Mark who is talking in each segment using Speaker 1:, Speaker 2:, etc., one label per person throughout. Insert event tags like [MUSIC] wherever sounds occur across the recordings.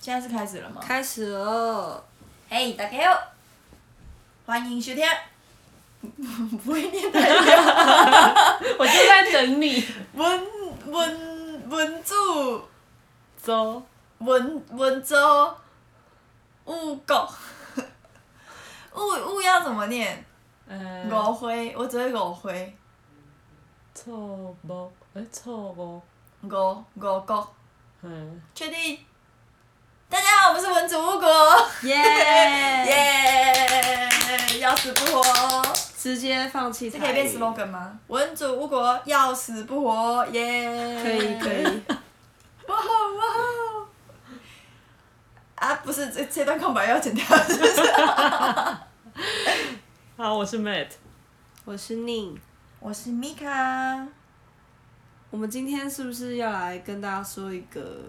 Speaker 1: 现在是开始了吗？
Speaker 2: 开始了，
Speaker 1: 嘿，大家好，欢迎收听。 [LAUGHS] 不会念台语，
Speaker 2: 我就在等你。
Speaker 3: [LAUGHS]
Speaker 1: 文文文主
Speaker 2: 走，
Speaker 1: 文文州五狗，五五要怎么念？
Speaker 2: 呃，
Speaker 1: 五灰，我只会五灰，
Speaker 2: 错不？哎，错不？
Speaker 1: 五五国，
Speaker 2: 嗯，
Speaker 1: 确定？大家好，我们是文主五国，
Speaker 2: 耶
Speaker 1: [LAUGHS] 哎耶，要死不活。
Speaker 2: 直接放弃
Speaker 1: 这
Speaker 2: 台语。
Speaker 1: 可以变 slogan 吗？文主无国，要死不活，耶！
Speaker 2: 可以可。以。
Speaker 1: 哇吼哇吼！啊，不是这这段空白要剪掉， [LAUGHS] 是不是？
Speaker 3: 好，我是 Matt。
Speaker 2: 我是宁，
Speaker 1: 我是米卡，
Speaker 2: 我们今天是不是要来跟大家说一个？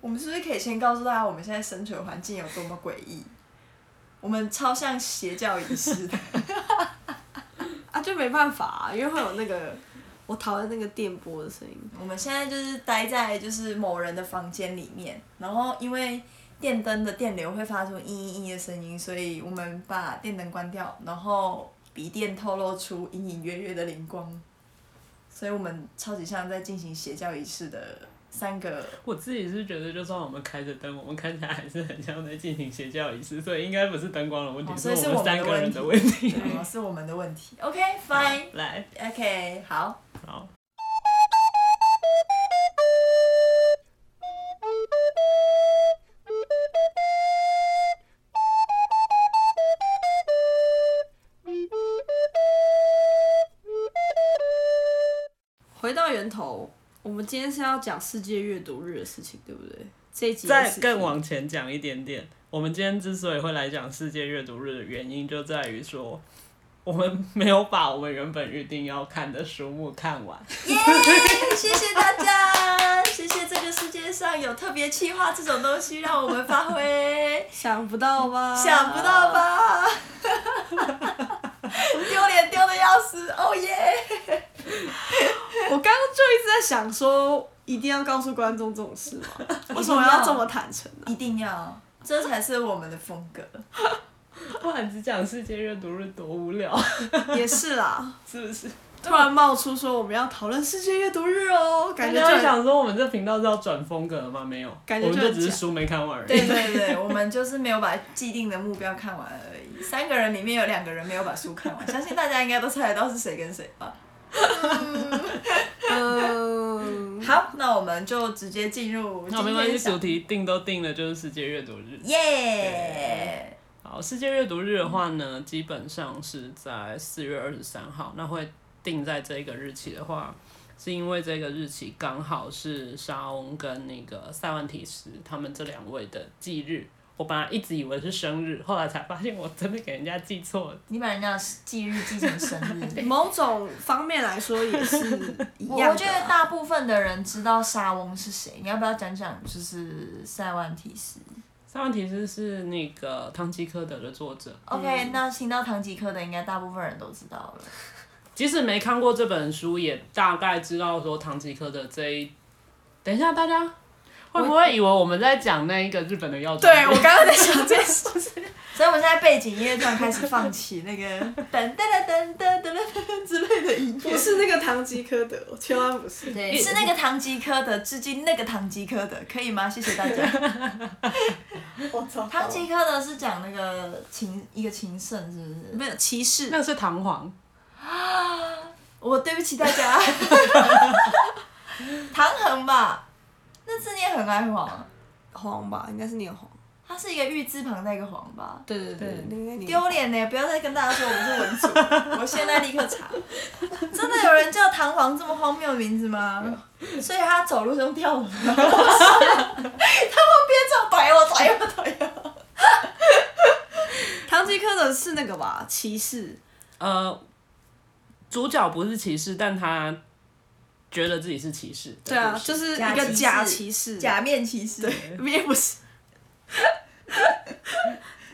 Speaker 1: 我们是不是可以先告诉大家我们现在身处的环境有多么诡异？我们超像邪教仪式的，
Speaker 2: 啊，就没办法、啊，因为会有那个我讨厌那个电波的声音。
Speaker 1: 我们现在就是待在就是某人的房间里面，然后因为电灯的电流会发出“嘤嘤嘤”的声音，所以我们把电灯关掉，然后笔电透露出隐隐约约的灵光，所以我们超级像在进行邪教仪式的三个。
Speaker 3: 我自己是觉得，就算我们开着灯，我们看起来还是很像在进行邪教仪式，所以应该不是灯光的问题，
Speaker 1: 哦所以是
Speaker 3: 我们三个人的问题。
Speaker 1: 哦是我们的问题。OK，fine，OK，、
Speaker 3: [LAUGHS] 来，
Speaker 1: OK，好。 [LAUGHS]
Speaker 3: 好，
Speaker 2: 回到源头，我们今天是要讲世界阅读日的事情，对不对？这一集
Speaker 3: 再
Speaker 2: 是
Speaker 3: 更往前讲一点点，我们今天之所以会来讲世界阅读日的原因，就在于说。我们没有把我们原本预定要看的书目看完， [LAUGHS]
Speaker 1: 耶！谢谢大家，谢谢这个世界上有特别企划这种东西，让我们发挥。
Speaker 2: 想不到吧？
Speaker 1: 想不到？吧？ [LAUGHS] 丢脸丢的要死，哦耶！
Speaker 2: 我刚刚就一直在想说，一定要告诉观众这种事吗？为什么要这么坦诚呢、
Speaker 1: 一定要，这才是我们的风格。
Speaker 3: 不然只讲世界阅读日多无聊，
Speaker 2: 也是啦，
Speaker 3: 是不是？
Speaker 2: 突然冒出说我们要讨论世界阅读日 [LAUGHS] 哦，感觉
Speaker 3: 大家会
Speaker 2: 就很
Speaker 3: 想说我们这频道是要转风格吗？没有，
Speaker 2: 感觉
Speaker 3: 我们
Speaker 2: 就
Speaker 3: 就
Speaker 2: 很
Speaker 3: 只是
Speaker 2: 假
Speaker 3: 书没看完而已。
Speaker 1: 对对对， [LAUGHS] 我们就是没有把既定的目标看完而已。三个人里面有两个人没有把书看完，相信大家应该都猜得到是谁跟谁吧。
Speaker 2: [LAUGHS] 嗯，
Speaker 1: 好，那我们就直接进入
Speaker 3: [LAUGHS] 那
Speaker 1: 今
Speaker 3: 没关
Speaker 1: 天的
Speaker 3: 系，主
Speaker 1: 小
Speaker 3: 题定都定了，就是世界阅读日。
Speaker 1: 耶！
Speaker 3: 好，世界阅读日的话呢，基本上是在四月二十三号，那会定在这个日期的话，是因为这个日期刚好是沙翁跟那个塞万提斯他们这两位的忌日。我本来一直以为是生日，后来才发现我真的给人家记错了。
Speaker 1: 你把人家忌日记成生日。 [LAUGHS]
Speaker 2: 某种方面来说也是一
Speaker 1: 我
Speaker 2: 样的啊
Speaker 1: 我觉得大部分的人知道沙翁是谁，你要不要讲讲就是塞万提斯
Speaker 3: 塞万提斯是那个《堂吉诃德》的作者，
Speaker 1: ？OK，、那听到堂吉诃德，应该大部分人都知道了。
Speaker 3: 即使没看过这本书，也大概知道说唐吉诃德这一。等一下，大家会不会以为我们在讲那一个日本的药妆
Speaker 2: 对
Speaker 3: 店？
Speaker 2: 我刚刚在想这件事，
Speaker 1: [LAUGHS] 所以我们现在背景音乐突然开始放起那个 [LAUGHS] 噔噔噔噔噔噔噔之类的音乐
Speaker 2: 不。是那个堂吉诃德，千万不是。
Speaker 1: 对，是那个堂吉诃德致敬那个堂吉诃德，可以吗？谢谢大 [LAUGHS] 家。
Speaker 2: 我操
Speaker 1: 堂吉诃德是讲那个情一个情圣，是不是？
Speaker 2: 没有歧视，
Speaker 3: 那是唐璜，
Speaker 1: 我对不起大家。 [LAUGHS] 唐衡吧，那字念很爱黄。
Speaker 2: 黄吧，应该是念黄。
Speaker 1: 它是一个玉字旁带一个黄吧？
Speaker 2: 对对对，
Speaker 3: 对
Speaker 2: 应该念
Speaker 1: 丢脸呢！不要再跟大家说我们是文 [LAUGHS] 组，我现在立刻查。真的有人叫唐璜这么荒谬的名字吗？所以他走路是用跳舞的， [LAUGHS] 他们边走摆我摆我摆 [LAUGHS] 我。
Speaker 2: 堂吉诃德是那个吧，歧视。
Speaker 3: 呃，主角不是骑士，但他觉得自己是骑士的故事。
Speaker 2: 对啊，就是一个假
Speaker 1: 假
Speaker 2: 歧
Speaker 1: 歧
Speaker 2: 视，
Speaker 1: 假面骑士，
Speaker 2: [LAUGHS] 也不是，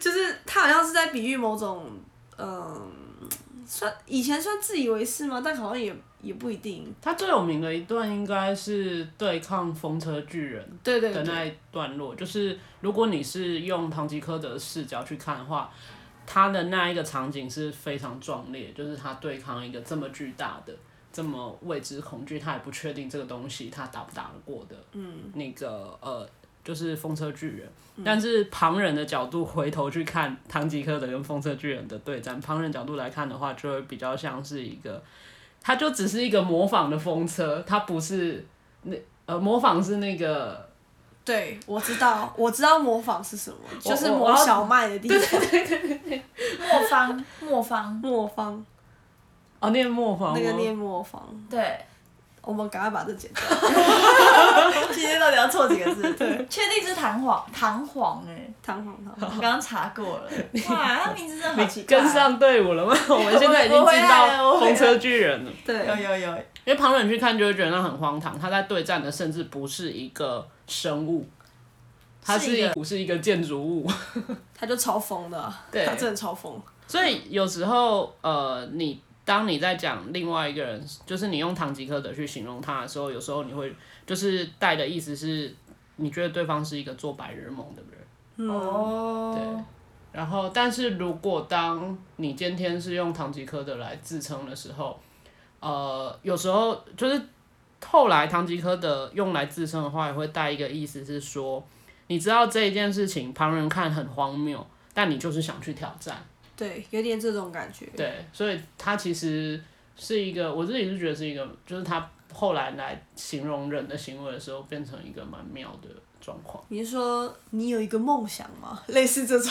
Speaker 2: 就是他好像是在比喻某种，嗯、算以前算自以为是吗？但好像也也不一定。
Speaker 3: 它最有名的一段应该是对抗风车巨人
Speaker 2: 对对
Speaker 3: 的
Speaker 2: 对，
Speaker 3: 那一段落，就是如果你是用唐吉诃德的视角去看的话，他的那一个场景是非常壮烈，就是他对抗一个这么巨大的、这么未知恐惧，他也不确定这个东西他打不打得过的，嗯，那个呃，就是风车巨人。
Speaker 2: 嗯
Speaker 3: 但是旁人的角度回头去看唐吉诃德跟风车巨人的对战，旁人角度来看的话，就会比较像是一个，它就只是一个模仿的风车，它不是那呃模仿是那个
Speaker 2: 对我知道，我知道模仿是什么，就是
Speaker 3: 我我
Speaker 2: 磨
Speaker 3: 要
Speaker 2: 小麦的地 [LAUGHS] 方，
Speaker 1: 磨坊，磨坊，
Speaker 2: 磨坊
Speaker 3: 哦，念磨坊吗
Speaker 2: 那个念磨坊。
Speaker 1: 对，
Speaker 2: 我们赶快把这剪掉。
Speaker 1: 今天到底要错几个字？ [LAUGHS] 对，确定是弹簧，弹簧哎、
Speaker 2: 弹簧糖。
Speaker 1: 我刚刚查过了。 [LAUGHS] 哇，他名字真的好奇
Speaker 3: 你
Speaker 1: 怪。啊
Speaker 3: 跟上队伍了吗？我们现在已经
Speaker 1: 我回
Speaker 3: 进
Speaker 1: 来了我
Speaker 3: 到
Speaker 1: 回来
Speaker 3: 风
Speaker 1: 了
Speaker 3: 车巨人了。
Speaker 1: 有
Speaker 2: 对，
Speaker 1: 有有，
Speaker 3: 因为旁人去看就会觉得那很荒唐，他在对战的甚至不是一个生物，它
Speaker 1: 是
Speaker 3: 是
Speaker 1: 一
Speaker 3: 一
Speaker 1: 个
Speaker 3: 不是一个建筑物。
Speaker 2: 他就嘲讽的啊，
Speaker 3: 对
Speaker 2: 他真的嘲讽。
Speaker 3: [LAUGHS] 所以有时候，呃，你当你在讲另外一个人，就是你用唐吉诃德去形容他的时候，有时候你会就是带的意思是，你觉得对方是一个做白日梦的人。
Speaker 1: 哦
Speaker 3: 对，然后，但是如果当你今天是用唐吉诃德来自称的时候，呃，有时候就是后来唐吉诃德用来自称的话，也会带一个意思是说，你知道这一件事情旁人看很荒谬，但你就是想去挑战，
Speaker 2: 对，有点这种感觉。
Speaker 3: 对，所以他其实是一个，我自己是觉得是一个，就是他后来来形容人的行为的时候，变成一个蛮妙的状况。
Speaker 2: 你是说你有一个梦想吗？类似这种，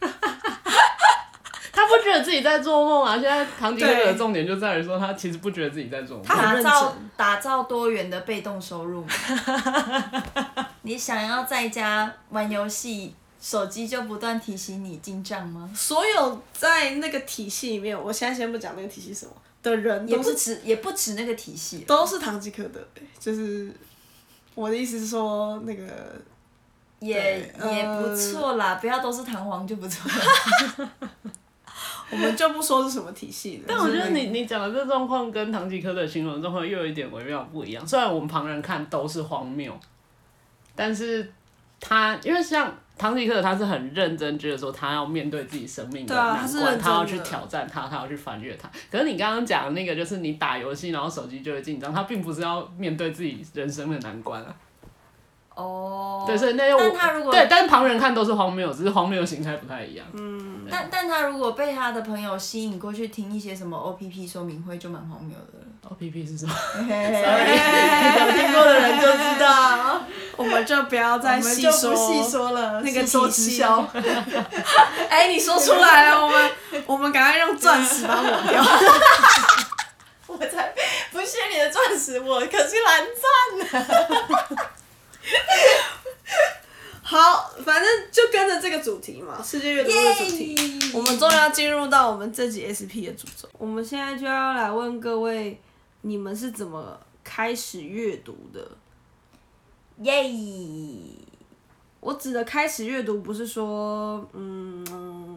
Speaker 3: 他不觉得自己在做梦啊！现在唐吉诃德的
Speaker 2: 对
Speaker 3: 重点就在于说，他其实不觉得自己在做梦啊
Speaker 2: 他。很
Speaker 1: 打
Speaker 2: 认
Speaker 1: 造
Speaker 2: 真
Speaker 1: 打造多元的被动收 [LAUGHS] 入嘛。你想要在家玩游戏，手机就不断提醒你进账吗？
Speaker 2: 所有在那个体系里面，我现在先不讲那个体系什么的人，
Speaker 1: 也
Speaker 2: 都
Speaker 1: 不
Speaker 2: 是
Speaker 1: 止也不止那个体系了，
Speaker 2: 都是堂吉诃德的，就是我的意思是说，那个
Speaker 1: 也
Speaker 2: 对
Speaker 1: 也不错啦，不要都是弹簧就不错了。
Speaker 2: 我们就不说是什么体系的。
Speaker 3: 但我觉得
Speaker 2: 就是
Speaker 3: 你你讲的这状况跟唐吉诃德形容的状况又有一点微妙不一样。虽然我们旁人看都是荒谬，但是他因为像唐吉诃德，他是很认真，觉得说他要面对自己生命的
Speaker 2: 对啊
Speaker 3: 难
Speaker 2: 他是
Speaker 3: 关，
Speaker 2: 认
Speaker 3: 他要
Speaker 2: 真
Speaker 3: 去
Speaker 2: 的
Speaker 3: 挑战他，他要去翻越他。可是你刚刚讲的那个，就是你打游戏然后手机就会紧张，他并不是要面对自己人生的难关啊。
Speaker 1: [LAUGHS] 哦，
Speaker 3: 对，所以那又
Speaker 1: 但他如果
Speaker 3: 对，但是旁人看都是荒谬，只是荒谬形态不太一样。
Speaker 2: 嗯
Speaker 1: 但但他如果被他的朋友吸引过去听一些什么 OPP 说明会，就蛮荒谬的了。
Speaker 3: O 哦 P P 是什么？
Speaker 1: 有听过的人就知 [LAUGHS] 道，
Speaker 2: [LAUGHS] 我们就不要再细
Speaker 1: 我们就不细
Speaker 2: 说。
Speaker 1: 说了，
Speaker 2: 那个
Speaker 1: 细说
Speaker 2: 体系
Speaker 1: 直销。 [LAUGHS]
Speaker 2: 哎、你说出来了，我们 [LAUGHS] 我们赶快用钻石把它抹掉。
Speaker 1: 我才不屑你的钻石，我可是蓝钻呢。
Speaker 2: 好，反正就跟着这个主题嘛，世界阅读会的主题。我们终于要进入到我们这集 SP 的主轴，我们现在就要来问各位，你们是怎么开始阅读的？
Speaker 1: 耶
Speaker 2: 我指的开始阅读，不是说嗯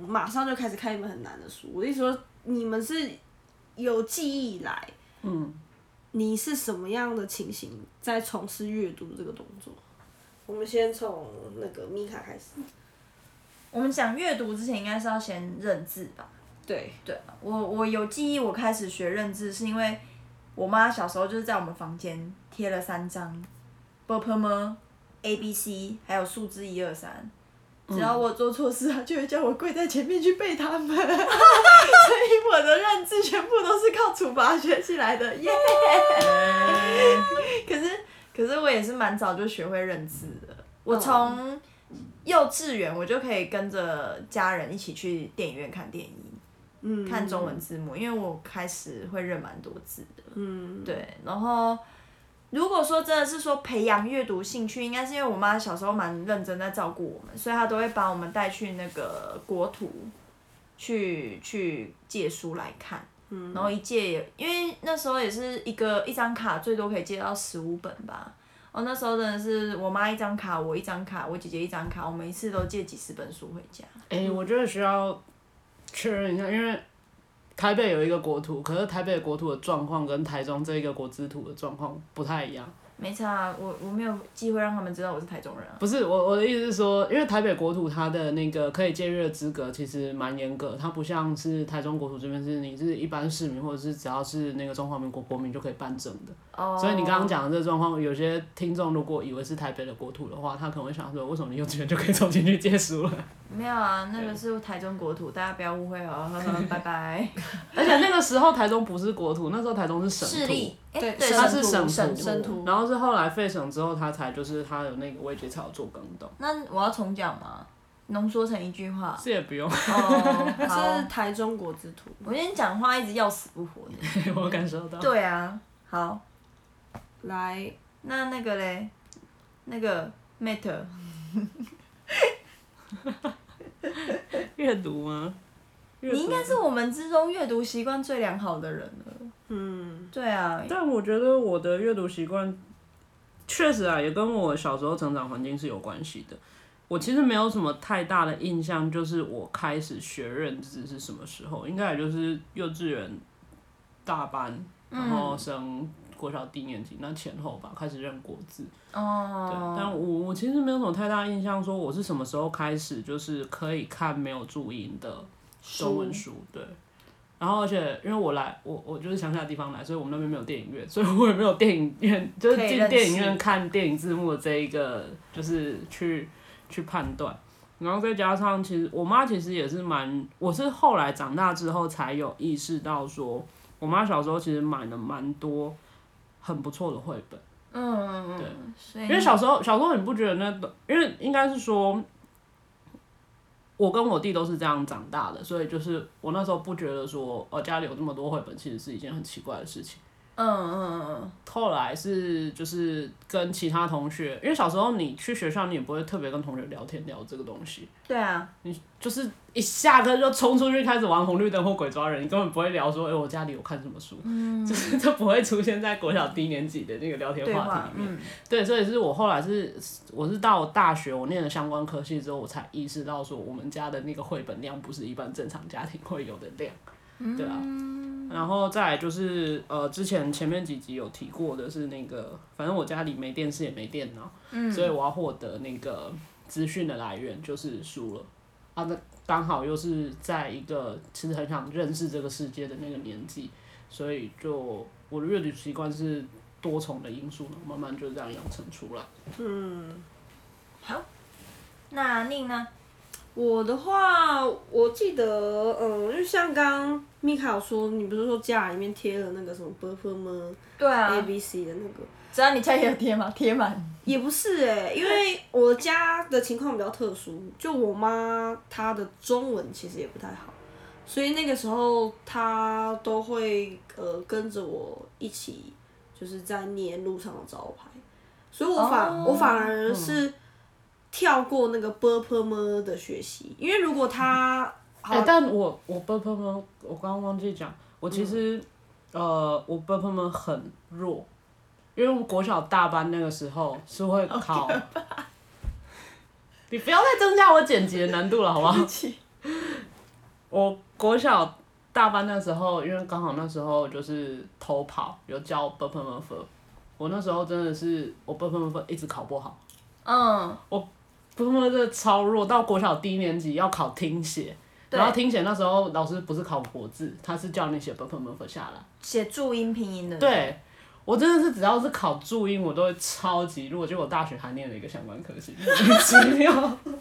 Speaker 2: 马上就开始看一本很难的书，我的意思说你们是有记忆以来，
Speaker 3: 嗯，
Speaker 2: 你是什么样的情形在从事阅读这个动作？我们先从那个米卡开始。
Speaker 1: 我们讲阅读之前，应该是要先认字吧？
Speaker 2: 对，
Speaker 1: 对啊，我我有记忆，我开始学认字是因为我妈小时候就是在我们房间贴了三张 b p m a b c，还有数字一二三。只要我做错事，她就会叫我跪在前面去背它们，所以我的认字全部都是靠处罚学起来的，耶、可是可是我也是蛮早就学会认字的，我从幼稚园我就可以跟着家人一起去电影院看电影。
Speaker 2: 嗯，
Speaker 1: 看中文字幕，因为我开始会认蛮多字的。
Speaker 2: 嗯，
Speaker 1: 对，然后如果说真的是说培养阅读兴趣，应该是因为我妈小时候蛮认真在照顾我们，所以她都会把我们带去那个国图去去借书来看。嗯，然后一借也，因为那时候也是一个一张卡最多可以借到十五本吧。哦，那时候真的是我妈一张卡，我一张卡，我姐姐一张卡，我们一
Speaker 3: 嗯
Speaker 1: 次都借几十本书回家。
Speaker 3: 哎、我觉得需要确认一下，因为台北有一个国图，可是台北国图的状况跟台中这一个国资图的状况不太一样。
Speaker 1: 没差啊，我我没有机会让他们知道我是台中人啊。
Speaker 3: 不是我我的意思是说，因为台北国土它的那个可以借阅的资格其实蛮严格，它不像是台中国土这边是你是一般市民或者是只要是那个中华民国国民就可以办证的。
Speaker 1: 哦、
Speaker 3: 所以你刚刚讲的这个状况，有些听众如果以为是台北的国土的话，他可能会想说，为什么你幼稚园就可以走进去借书了？
Speaker 1: 没有啊，那个是台中国土，大家不要误会哦，呵
Speaker 3: [LAUGHS]
Speaker 1: 呵，拜拜。
Speaker 3: 而且那个时候台中不是国土，那时候台中是省
Speaker 1: 势
Speaker 3: 土。
Speaker 1: 力，哎
Speaker 2: 对
Speaker 1: 对，
Speaker 3: 它
Speaker 2: 省
Speaker 3: 是
Speaker 2: 土
Speaker 3: 省
Speaker 2: 省
Speaker 3: 省
Speaker 2: 土
Speaker 3: 然后是后来废省之后，它才就是它有那个位阶才有做更动，。
Speaker 1: 那我要重讲吗？浓缩成一句话
Speaker 3: 这也不用， [LAUGHS]
Speaker 1: 哦，
Speaker 2: 这
Speaker 1: 好
Speaker 2: 是，台中国之图。
Speaker 1: 我今天讲话一直要死不活的。
Speaker 3: 我感受到。
Speaker 1: 对啊，好，
Speaker 2: 来，
Speaker 1: 那那个嘞，那个 Mate，
Speaker 3: 阅读吗？阅
Speaker 1: 你应
Speaker 3: 读
Speaker 1: 该是我们之中阅读习惯最良好的人了。
Speaker 2: 嗯，
Speaker 1: 对啊，
Speaker 3: 但我觉得我的阅读习惯确实啊，也跟我小时候成长环境是有关系的。我其实没有什么太大的印象，就是我开始学认字是什么时候，应该也就是幼稚园大班，然后升国小低年级那前后吧，开始认国字。对，但
Speaker 1: 哦，
Speaker 3: 我我其实没有什么太大印象，说我是什么时候开始就是可以看没有注音的中文书，对。然后，而且因为我来，我我就是乡下地方来，所以我们那边没有电影院，所以我也没有电影院，就是
Speaker 1: 可以
Speaker 3: 进
Speaker 1: 认识
Speaker 3: 电影院看电影字幕的这一个，就是去去判断。然后再加上，其实我妈其实也是蛮，我是后来长大之后才有意识到说，我妈小时候其实买了蛮多很不错的绘本。
Speaker 1: 嗯，
Speaker 3: 对
Speaker 1: 嗯，所以
Speaker 3: 因为小时候，小时候你不觉得那个？因为应该是说，我跟我弟都是这样长大的，所以就是我那时候不觉得说，哦，家里有这么多绘本，其实是一件很奇怪的事情。
Speaker 1: 嗯嗯嗯
Speaker 3: 后来是就是跟其他同学，因为小时候你去学校，你也不会特别跟同学聊天聊这个东西，
Speaker 1: 嗯，对啊，
Speaker 3: 就是一下课就冲出去开始玩红绿灯或鬼抓人，你根本不会聊说，哎、我家里有看什么书， [LAUGHS] 就是这不会哎出现在国小低年级的那个聊天
Speaker 1: 嗯对
Speaker 3: 话
Speaker 1: 话
Speaker 3: 题，里面。
Speaker 1: 嗯，
Speaker 3: 对，所以是我后来是我是到大学我念了相关科系之后，我才意识到说我们家的那个绘本量不是一般正常家庭会有的量，对啊。然后再来就是呃，之前前面几集有提过的是那个，反正我家里没电视也没电脑，所以我要获得那个资讯的来源就是书了啊。那刚好又是在一个其实很想认识这个世界的那个年纪，所以就我的阅读习惯是多重的因素呢，慢慢就这样养成出来。
Speaker 1: 好，那宁呢？
Speaker 2: 我的话，我记得，嗯，就像刚刚米卡有说，你不是说家里面贴了那个什么 b p m
Speaker 1: 对
Speaker 2: a
Speaker 1: 啊，
Speaker 2: b c 的那个，
Speaker 1: 只要你家也有贴吗？贴满。
Speaker 2: 也不是哎、因为我家的情况比较特殊，就我妈她的中文其实也不太好，所以那个时候她都会呃跟着我一起，就是在念路上的招牌，所以我反、
Speaker 1: 哦
Speaker 2: 我反而是跳过那个 b p m 的学习，因为如果她好
Speaker 3: 哎、但我我 b u r p 们，我刚刚忘记讲，我其实、呃，我 b u r p 们很弱，因为我国小大班那个时候是会考。 [LAUGHS] 你不要再增加我剪辑的难度了，好不好？ [LAUGHS] 我国小大班那时候，因为刚好那时候就是偷跑，有教 b u r p 们分，我那时候真的是我 b u r p 们分一直考不好。
Speaker 1: 嗯，
Speaker 3: 不是不是，真的超弱。到国小低年级要考听写，
Speaker 1: 对
Speaker 3: 然后听写那时候老师不是考国字，他是叫你写 b u r p e r b 下来。
Speaker 1: 写注音拼音的。，
Speaker 3: 对，我真的是只要是考注音，我都会超级弱。结果大学还念了一个相关科系，莫名其妙。
Speaker 1: 那啊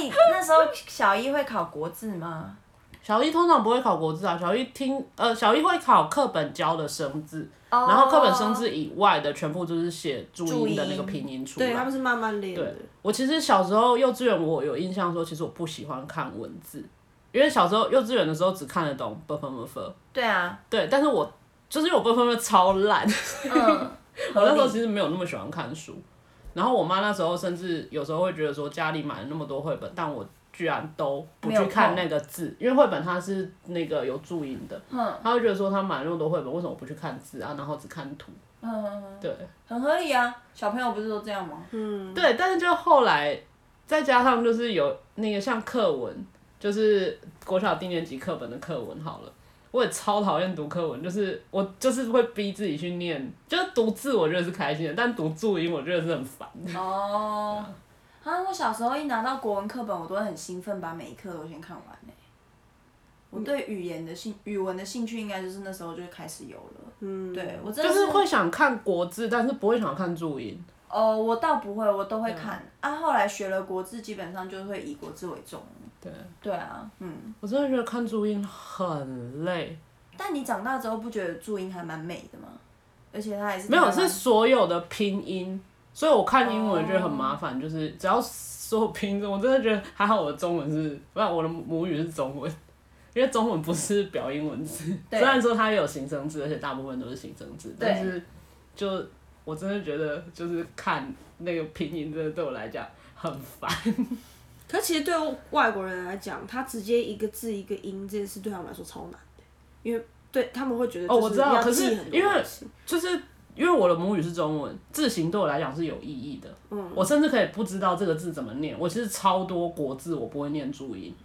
Speaker 1: 你那时候小一会考国字吗？
Speaker 3: 小一通常不会考国字啊，小一听呃小一会考课本教的生字，
Speaker 1: 哦
Speaker 3: 然后课本生字以外的全部就是写注音的那个
Speaker 1: 注音
Speaker 3: 拼音出来。
Speaker 2: 对他们是慢慢练的
Speaker 3: 对，我其实小时候幼稚园，我有印象说，其实我不喜欢看文字，因为小时候幼稚园的时候只看得懂 b u f f e r b u f f e r
Speaker 1: 对啊，
Speaker 3: 对，但是我就是因为我 b u f f e r b u f f e r 超烂，
Speaker 1: 嗯，
Speaker 3: 我那时
Speaker 1: 合
Speaker 3: 候
Speaker 1: 理
Speaker 3: 其实没有那么喜欢看书。然后我妈那时候甚至有时候会觉得说，家里买了那么多绘本，但我居然都不
Speaker 1: 没
Speaker 3: 去
Speaker 1: 有
Speaker 3: 看
Speaker 1: 看
Speaker 3: 那个字，因为绘本它是那个有注音的，
Speaker 1: 嗯
Speaker 3: 她会觉得说她买了那么多绘本，为什么我不去看字啊？然后只看图，
Speaker 1: 嗯嗯，
Speaker 3: 对。
Speaker 1: 很合理啊。小朋友不是都这样吗？
Speaker 2: 嗯，
Speaker 3: 对，但是就后来再加上就是有那个像课文，就是国小低年级课本的课文好了，我也超讨厌读课文，就是我就是会逼自己去念，就是读字我觉得是开心的，但读注音我觉得是很烦。 [LAUGHS]
Speaker 1: 哦，啊，我小时候一拿到国文课本，我都会很兴奋，把每一课都先看完呢、我对语言的兴语文的兴趣，应该就是那时候就开始有了。
Speaker 2: 嗯，
Speaker 1: 对我真
Speaker 3: 就
Speaker 1: 的
Speaker 3: 是会想看国字，但是不会想看注音。
Speaker 1: 哦，我倒不会，我都会看。啊，后来学了国字，基本上就会以国字为重。
Speaker 3: 对，
Speaker 1: 对啊，嗯。
Speaker 3: 我真的觉得看注音很累，
Speaker 1: 但你长大之后不觉得注音还蛮美的吗？而且它还是
Speaker 3: 没有
Speaker 1: 台
Speaker 3: 是
Speaker 1: 湾
Speaker 3: 所有的拼音，所以我看英文觉得很麻
Speaker 1: 哦
Speaker 3: 烦，就是只要所有拼音，我真的觉得还好我的中文是，不然我的母语是中文。 [LAUGHS] 因为中文不是表音文字，
Speaker 1: 对
Speaker 3: 虽然说它也有形声字，而且大部分都是形声字，
Speaker 1: 对
Speaker 3: 但是就我真的觉得就是看那个拼音，真的对我来讲很烦。
Speaker 2: 可其实对外国人来讲，他直接一个字一个音这件事对他们来说超难的，因为对他们会觉得
Speaker 3: 哦
Speaker 2: 就
Speaker 3: 我知道
Speaker 2: 要
Speaker 3: 可是
Speaker 2: 记很多
Speaker 3: 因为
Speaker 2: 东西
Speaker 3: 就是因为我的母语是中文，字形对我来讲是有意义的。嗯，我甚至可以不知道这个字怎么念。我其实超多国字我不会念注音， [LAUGHS]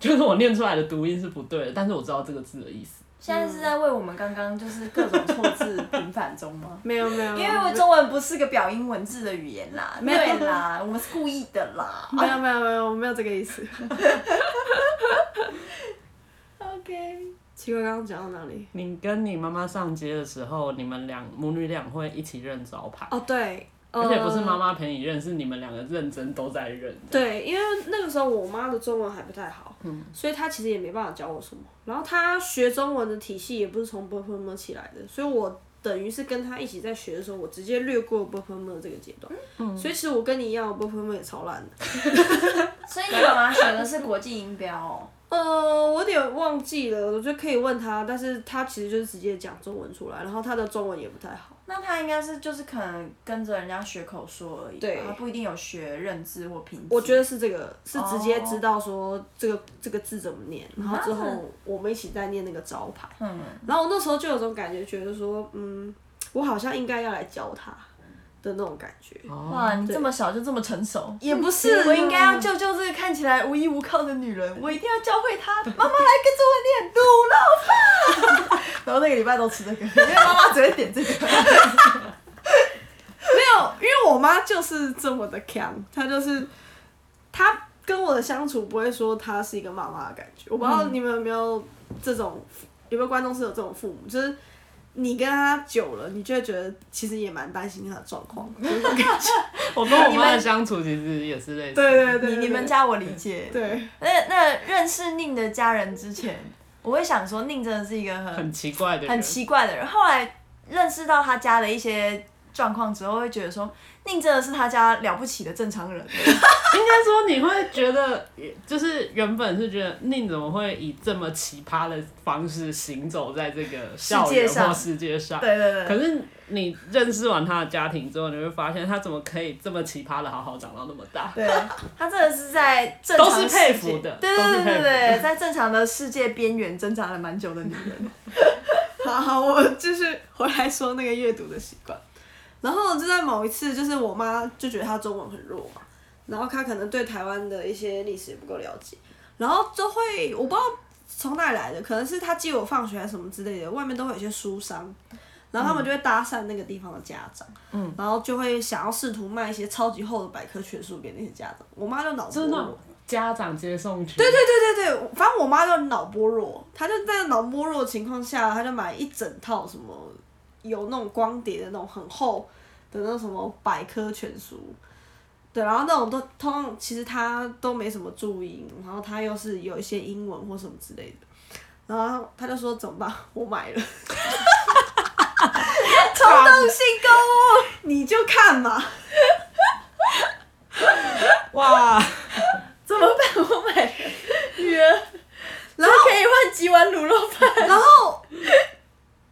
Speaker 3: 就是我念出来的读音是不对的，但是我知道这个字的意思。
Speaker 1: 现在是在为我们刚刚就是各种错字平反中吗？
Speaker 2: 没有没有，
Speaker 1: 因为中文不是个表音文字的语言 [LAUGHS] 啦，
Speaker 2: 没有
Speaker 1: 对啦，我们是故意的啦。
Speaker 2: 没有没有没有，我没有这个意思。
Speaker 1: OK，
Speaker 2: 奇怪，刚刚讲到哪里？
Speaker 3: 你跟你妈妈上街的时候，你们两母女俩会一起认招牌，
Speaker 2: 哦，对，
Speaker 3: 而且不是
Speaker 2: 呃
Speaker 3: 妈妈陪你认，是你们两个认真都在认。
Speaker 2: 对，因为那个时候我妈的中文还不太好，所以她其实也没办法教我什么。然后她学中文的体系也不是从 b u r p m 起来的，所以我等于是跟她一起在学的时候，我直接略过 b u r p m 这个阶段。所以其实我跟你一样 b u r p m 也超烂的。
Speaker 1: 所以你妈妈学的是国际音标哦。
Speaker 2: 呃，我有点忘记了，我就可以问她，但是她其实就是直接讲中文出来，然后她的中文也不太好。
Speaker 1: 那她应该是就是可能跟着人家学口说而已吧，
Speaker 2: 对
Speaker 1: 她不一定有学认字或拼字。
Speaker 2: 我觉得是这个，是直接
Speaker 1: 哦
Speaker 2: 知道说这个、这个字怎么念，然后之后
Speaker 1: 啊
Speaker 2: 我们一起在念那个招牌。
Speaker 1: 嗯，
Speaker 2: 然后我那时候就有种感觉，觉得说，嗯，我好像应该要来教他的那种感觉。
Speaker 1: 哇，
Speaker 3: 哦，
Speaker 1: 你这么小就这么成熟，也啊
Speaker 2: 不是
Speaker 1: 我应该要救救这个看起来无依无靠的女人，我一定要教会她。妈妈来跟着我念卤肉饭， [LAUGHS] 然后那个礼拜都吃这 [LAUGHS] 个，因为妈妈只会点这个。
Speaker 2: 没有，因为我妈就是这么的强，她就是她跟我的相处不会说她是一个妈妈的感觉。我不知道你们有没有这种，有没有观众是有这种父母，就是你跟他久了，你就会觉得其实也蛮担心他的状 [LAUGHS] 况。就是那种感觉
Speaker 3: 哦我跟我
Speaker 1: 你
Speaker 3: 妈的
Speaker 1: 们
Speaker 3: 相处其实也是类似。
Speaker 2: 对对对
Speaker 1: 你
Speaker 2: 对
Speaker 1: 你们家我理解。
Speaker 2: 对，
Speaker 1: 那那认识宁的家人之前，我会想说宁真的是一个很
Speaker 3: 很奇怪的人，
Speaker 1: 很奇怪的人。后来认识到他家的一些状况之后，会觉得说宁真的是他家了不起的正常人。
Speaker 3: 应该说你会觉得，就是原本是觉得宁怎么会以这么奇葩的方式行走在这个校园或世界上？
Speaker 1: 对对对，
Speaker 3: 可是你认识完他的家庭之后，你会发现他怎么可以这么奇葩的好好长到那么大？
Speaker 1: 对他真的是在正
Speaker 3: 都
Speaker 1: 常
Speaker 3: 是佩
Speaker 1: 世
Speaker 3: 服
Speaker 1: 界
Speaker 3: 的
Speaker 1: 对
Speaker 3: 都是
Speaker 1: 对对对
Speaker 3: 佩服
Speaker 1: 对，在正常的世界边缘挣扎了蛮久的女人。
Speaker 2: 好好，我就是回来说那个阅读的习惯。然后就在某一次，就是我妈就觉得她中文很弱嘛，然后她可能对台湾的一些历史也不够了解，然后就会我不知道从哪里来的，可能是她接我放学啊还是什么之类的，外面都会有一些书商，然
Speaker 3: 嗯
Speaker 2: 后他们就会搭讪那个地方的家长，嗯，然后就会想要试图卖一些超级厚的百科全书给那些家长，我妈就脑波
Speaker 3: 真的
Speaker 2: 弱。
Speaker 3: 家长接送群，对对
Speaker 2: 对对对，反正我妈就脑波弱，她就在脑波弱的情况下，她就买一整套什么有那种光碟的那种很厚的那种什么百科全书，对，然后那种都通常其实她都没什么注音，然后她又是有一些英文或什么之类的。然后她就说怎么办？我买了， [LAUGHS]
Speaker 1: 冲动性购物，
Speaker 2: 你就看嘛。
Speaker 3: 哇，
Speaker 1: 怎么办？我买了女儿， [LAUGHS] 然后可以换几碗卤肉饭。
Speaker 2: 然后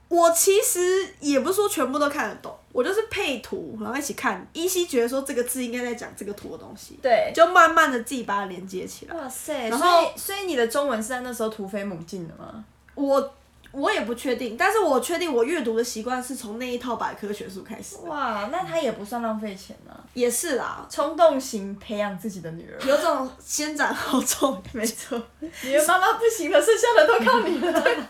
Speaker 2: 我其实也不是说全部都看得懂，我就是配图，然后一起看，依稀觉得说这个字应该在讲这个图的东西，
Speaker 1: 对，
Speaker 2: 就慢慢的自己把它连接起来。
Speaker 1: 哇塞！
Speaker 2: 然
Speaker 1: 然
Speaker 2: 后
Speaker 1: 后所以所以你的中文是在那时候突飞猛进的吗？
Speaker 2: 我我也不确定，但是我确定我阅读的习惯是从那一套百科全书开始的，
Speaker 1: 哇，那他也不算浪费钱啊，
Speaker 2: 也是啦，
Speaker 1: 冲动型培养自己的女儿。
Speaker 2: 有种先斩后奏，没错，
Speaker 1: 你的妈妈不行了，剩下的都靠你了。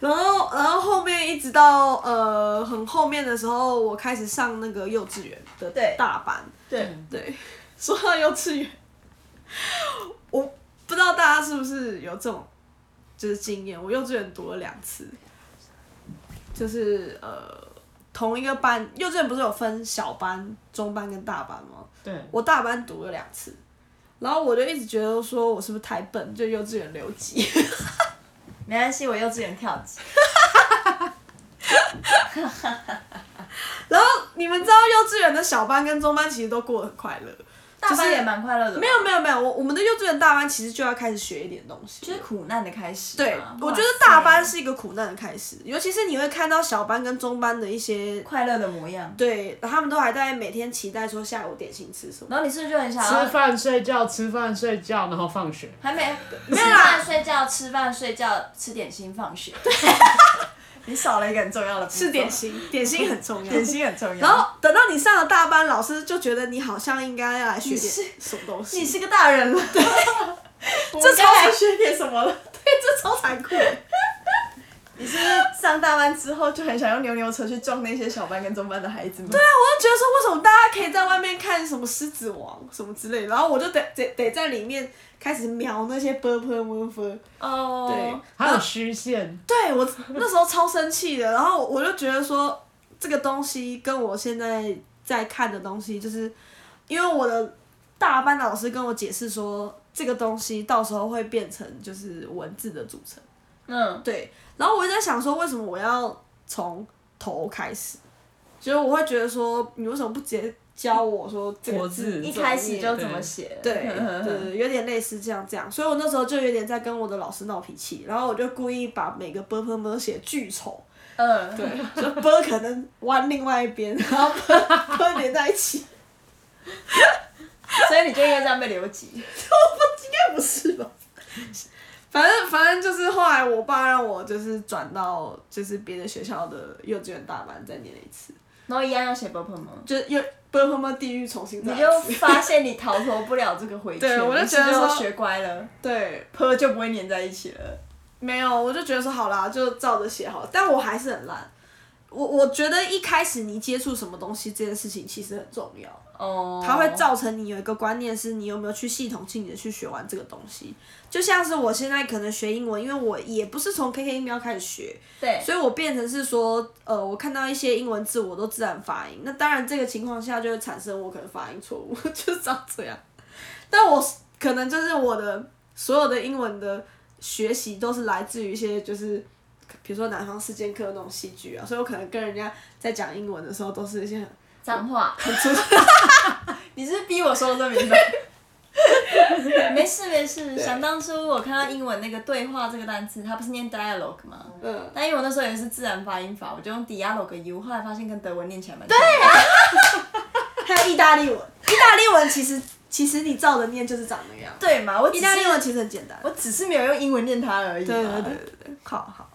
Speaker 2: 然后，然后后面一直到呃很后面的时候，我开始上那个幼稚园的
Speaker 1: 对
Speaker 2: 大班。
Speaker 1: 对，
Speaker 2: 对，说到幼稚园， [LAUGHS] 我不知道大家是不是有这种就是经验。我幼稚园读了两次，就是呃同一个班，幼稚园不是有分小班、中班跟大班吗？
Speaker 3: 对，
Speaker 2: 我大班读了两次，然后我就一直觉得说我是不是太笨，就幼稚园留级。 [LAUGHS]
Speaker 1: 没关系，我幼稚园跳级。
Speaker 2: 然后你们知道幼稚园的小班跟中班其实都过得很快乐。
Speaker 1: 大
Speaker 2: 就是
Speaker 1: 班也蛮快乐的吧，
Speaker 2: 没有没有没有，我我们的幼稚园大班其实就要开始学一点东西
Speaker 1: 就
Speaker 2: 了。
Speaker 1: 是苦难的开始嘛。
Speaker 2: 对
Speaker 1: 哇，
Speaker 2: 我觉得大班
Speaker 1: 塞
Speaker 2: 是一个苦难的开始，尤其是你会看到小班跟中班的一些，
Speaker 1: 快乐的模样，
Speaker 2: 对他们都还在每天期待说下午点心吃什么。
Speaker 1: 然后你是不是就很想
Speaker 3: 吃
Speaker 1: 要？
Speaker 3: 饭睡觉，吃饭睡觉，然后放学。
Speaker 1: 还没没
Speaker 2: 没
Speaker 1: 有
Speaker 2: 有
Speaker 1: 啦，
Speaker 2: 啦
Speaker 1: 睡觉，吃饭睡觉，吃点心，放学。 [LAUGHS] 你少了一个很重要的，
Speaker 2: 吃
Speaker 1: [LAUGHS]
Speaker 2: 点，心，点心很重要。
Speaker 1: 点心很重要。
Speaker 2: 然后等到你上了大班，老师就觉得你好像应该要来学
Speaker 1: 你是
Speaker 2: 点什么东西。
Speaker 1: 你是个大人了，[LAUGHS]
Speaker 2: 这
Speaker 1: 这
Speaker 2: 超
Speaker 1: 该来学点什么了？
Speaker 2: 对，这超残 [LAUGHS] 酷的。
Speaker 1: 你是不是 [LAUGHS] 上大班之后就很想用牛牛车去撞那些小班跟中班的孩子吗？对
Speaker 2: 对啊，我就觉得说，为什么大家可以在外面看什么《狮子王》什么之类的，然后我就得得得在里面开始瞄那些波波波波。
Speaker 1: 哦，
Speaker 2: 对，
Speaker 3: 还有虚线，
Speaker 2: 对我 [LAUGHS] 那时候超生气的，然后我就觉得说，这个东西跟我现在在看的东西，就是因为我的大班老师跟我解释说，这个东西到时候会变成就是文字的组成。
Speaker 1: 嗯，
Speaker 2: 对，然后我就在想说，为什么我要从头开始？就是我会觉得说，你为什么不直接教我说这
Speaker 3: 国
Speaker 2: 个
Speaker 3: 字
Speaker 2: 字
Speaker 1: 一
Speaker 2: 怎么
Speaker 1: 开始
Speaker 2: 念
Speaker 1: 就怎么写？
Speaker 2: [LAUGHS]
Speaker 1: [LAUGHS]
Speaker 2: 对对，对，有点类似这样这样，所以我那时候就有点在跟我的老师闹脾气，然后我就故意把每个 b p m 写巨丑，
Speaker 1: 嗯，
Speaker 2: 对，就 b 可能弯另外一边，然后 [LAUGHS] b b 连在一起，应
Speaker 1: 所以你就应该这样被留级。
Speaker 2: 该不是吧？ [LAUGHS] 反正反正就是后来我爸让我就是转到就是别的学校的幼稚园大班再念一次，
Speaker 1: 然后一样要写 b u p 吗？
Speaker 2: 就是又 b p m 地狱重新再
Speaker 1: 你
Speaker 2: 来
Speaker 1: 就
Speaker 2: 一次
Speaker 1: 发现你逃脱不了这个 [LAUGHS] 回圈，
Speaker 2: 对我就
Speaker 1: 你是
Speaker 2: 觉得
Speaker 1: 不是
Speaker 2: 说
Speaker 1: 学乖了
Speaker 2: 对，
Speaker 1: ，p 就不会粘在一起了。
Speaker 2: 没有，我就觉得说好啦，就照着写好了，但我还是很烂。我我觉得一开始你接触什么东西这件事情其实很重要，
Speaker 1: 哦，
Speaker 2: 它会造成你有一个观念，是你有没有去系统性的去学完这个东西。就像是我现在可能学英文，因为我也不是从 KK 音标开始学，
Speaker 1: 对，
Speaker 2: 所以我变成是说，呃，我看到一些英文字我都自然发音。那当然，这个情况下就会产生我可能发音错误， [LAUGHS] 就是长这样。但我可能就是我的所有的英文的学习都是来自于一些就是。比如说南方四剑客那种戏剧啊，所以我可能跟人家在讲英文的时候，都是一些很
Speaker 1: 脏话，
Speaker 2: 很粗
Speaker 1: [LAUGHS] 你是逼我说的这名字。 [LAUGHS] 没事没事，想当初我看到英文那个对话这个单词，它不是念 dialogue 吗？
Speaker 2: 嗯，
Speaker 1: 但因为我那时候也是自然发音法，我就用 dialogue u，后来发现跟德文念起来蛮对啊，
Speaker 2: 还有意大利文，意大利文其实其实你照着念就是长那个样。
Speaker 1: 对嘛，我只
Speaker 2: 意
Speaker 1: 是
Speaker 2: 大利文其实很简单。
Speaker 1: 我只是没有用英文念它而已嘛。
Speaker 2: 对对对对对，好好。